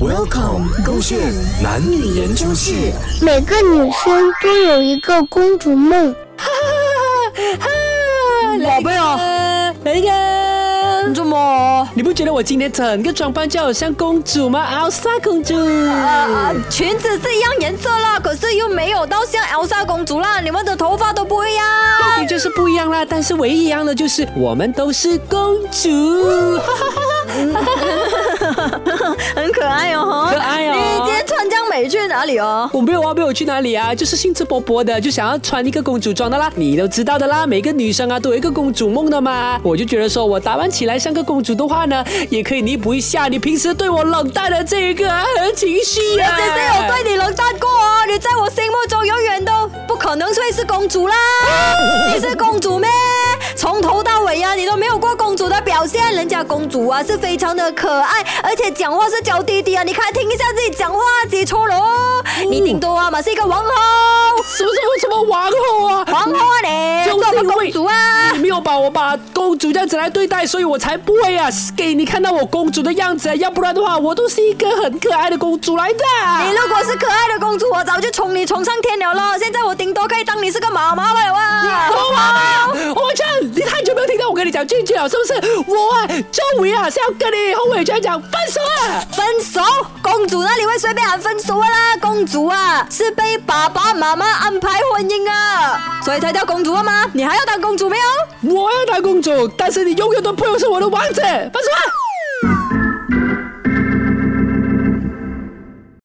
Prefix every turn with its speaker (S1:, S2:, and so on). S1: Welcome，勾线男女研究室。
S2: 每个女生都有一个公主梦。
S3: 宝贝哦，
S4: 来个，
S3: 怎么？
S4: 你不觉得我今天整个装扮就好像公主吗？奥莎 公主。
S3: 呃，裙子是一样颜色啦，可是又没有到像 Elsa 公主啦，你们的头发都不一样。
S4: 也就是不一样啦，但是唯一一样的就是我们都是公主，
S3: 很可爱哦，
S4: 可爱哦
S3: 你今天穿这样美去哪里哦？
S4: 我没有啊，没有去哪里啊，就是兴致勃勃的就想要穿一个公主装的啦。你都知道的啦，每个女生啊都有一个公主梦的嘛。我就觉得说我打扮起来像个公主的话呢，也可以弥补一下你平时对我冷淡的这一个啊情绪啊。
S3: 姐姐有对你冷淡过哦，你在我心目中永远都不可能会是 公主啦！你是公主咩？从头到尾啊呀、你都没有过公主的表现。人家公主啊是非常的可爱，而且讲话是娇滴滴啊。你看，听一下自己讲话，接错了哦。
S4: 嗯
S3: 你顶多啊嘛是一个王后，
S4: 什么什么什么王后啊，
S3: 皇后啊 你，
S4: 就是
S3: 做我们
S4: 因为
S3: 公主啊
S4: 你。没有把我把公主这样子来对待，所以我才不会啊给你看到我公主的样子啊，要不然的话，我都是一个很可爱的公主来的。
S3: 你如果是可爱的公主，我早就宠你宠上天了咯。现在我顶多可以当你是个毛毛了啊 哇！
S4: 好吗？啊我讲，你太久没有听到我跟你讲拒绝了，是不是？我啊，周围啊是要跟你后尾圈讲分手啊。
S3: 分手？公主那里会随便喊分手啊啦？公主啊，是被爸爸妈妈安排婚姻啊，所以才叫公主啊吗？你还要当公主没有？哦
S4: 我要当公主，但是你永远都不会是我的王子，分手啊！